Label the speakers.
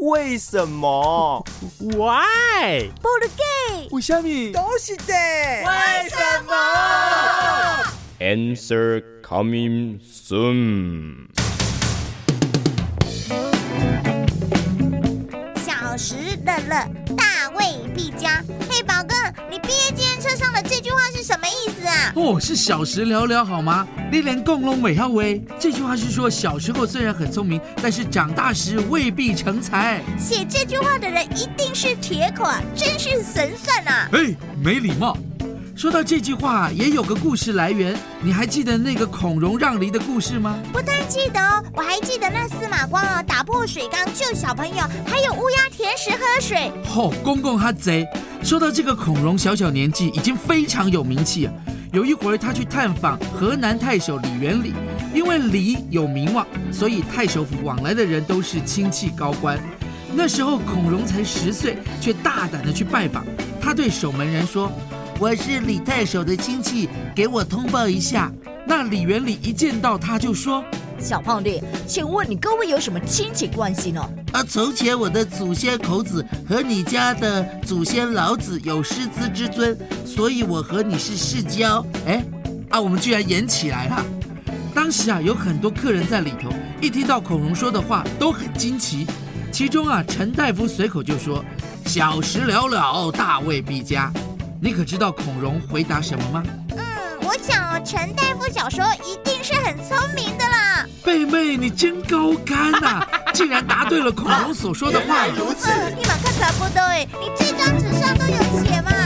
Speaker 1: 为什么？
Speaker 2: Why？
Speaker 3: 不如给
Speaker 2: 为什么？
Speaker 4: 都是的。
Speaker 1: 为什么？
Speaker 5: Answer coming soon。
Speaker 3: 小时乐乐，大卫必佳。嘿，宝哥，你毕业纪念册上的这句话是什么意思啊？
Speaker 6: 哦，是小时聊聊好吗？你连共龙尾号为这句话是说，小时候虽然很聪明，但是长大时未必成才。
Speaker 3: 写这句话的人一定是铁口啊，真是神算啊！
Speaker 6: 哎，没礼貌。说到这句话，也有个故事来源。你还记得那个孔融让梨的故事吗？
Speaker 3: 不但记得哦，我还记得那司马光哦打破水缸救小朋友，还有乌鸦甜食喝水。
Speaker 6: 吼、哦公公哈贼！说到这个孔融，小小年纪已经非常有名气啊。有一回，他去探访河南太守李元礼，因为李有名望，所以太守府往来的人都是亲戚高官。那时候孔融才十岁，却大胆的去拜访。他对守门人说：“我是李太守的亲戚，给我通报一下。”那李元礼一见到他就说：“
Speaker 7: 小胖弟，请问你各位有什么亲戚关系呢？
Speaker 6: 而啊从前我的祖先孔子和你家的祖先老子有师资之尊，所以我和你是世交。哎，啊，我们居然演起来了。啊当时啊，有很多客人在里头，一听到孔融说的话都很惊奇。其中啊，陈大夫随口就说：“小时了了，大未必佳。”你可知道孔融回答什么吗？
Speaker 3: 嗯，我想哦陈大夫小时候一定是很聪明的啦。
Speaker 6: 贝妹，你真高干呐、竟然答对了孔融所说的话。
Speaker 3: 嗯此，你马克查不多哎，你这张纸上都有写嘛。